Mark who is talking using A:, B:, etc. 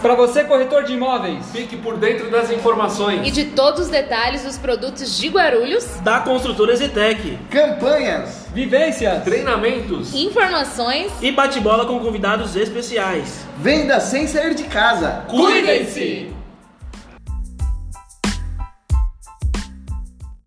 A: Para você, corretor de imóveis,
B: Fique por dentro das informações.
C: E de todos os detalhes dos produtos de Guarulhos,
D: da Construtora Zetec
E: Campanhas.
A: vivências,
B: Treinamentos.
C: informações.
D: e bate-bola com convidados especiais.
E: Venda sem sair de casa.
A: cuidem-se!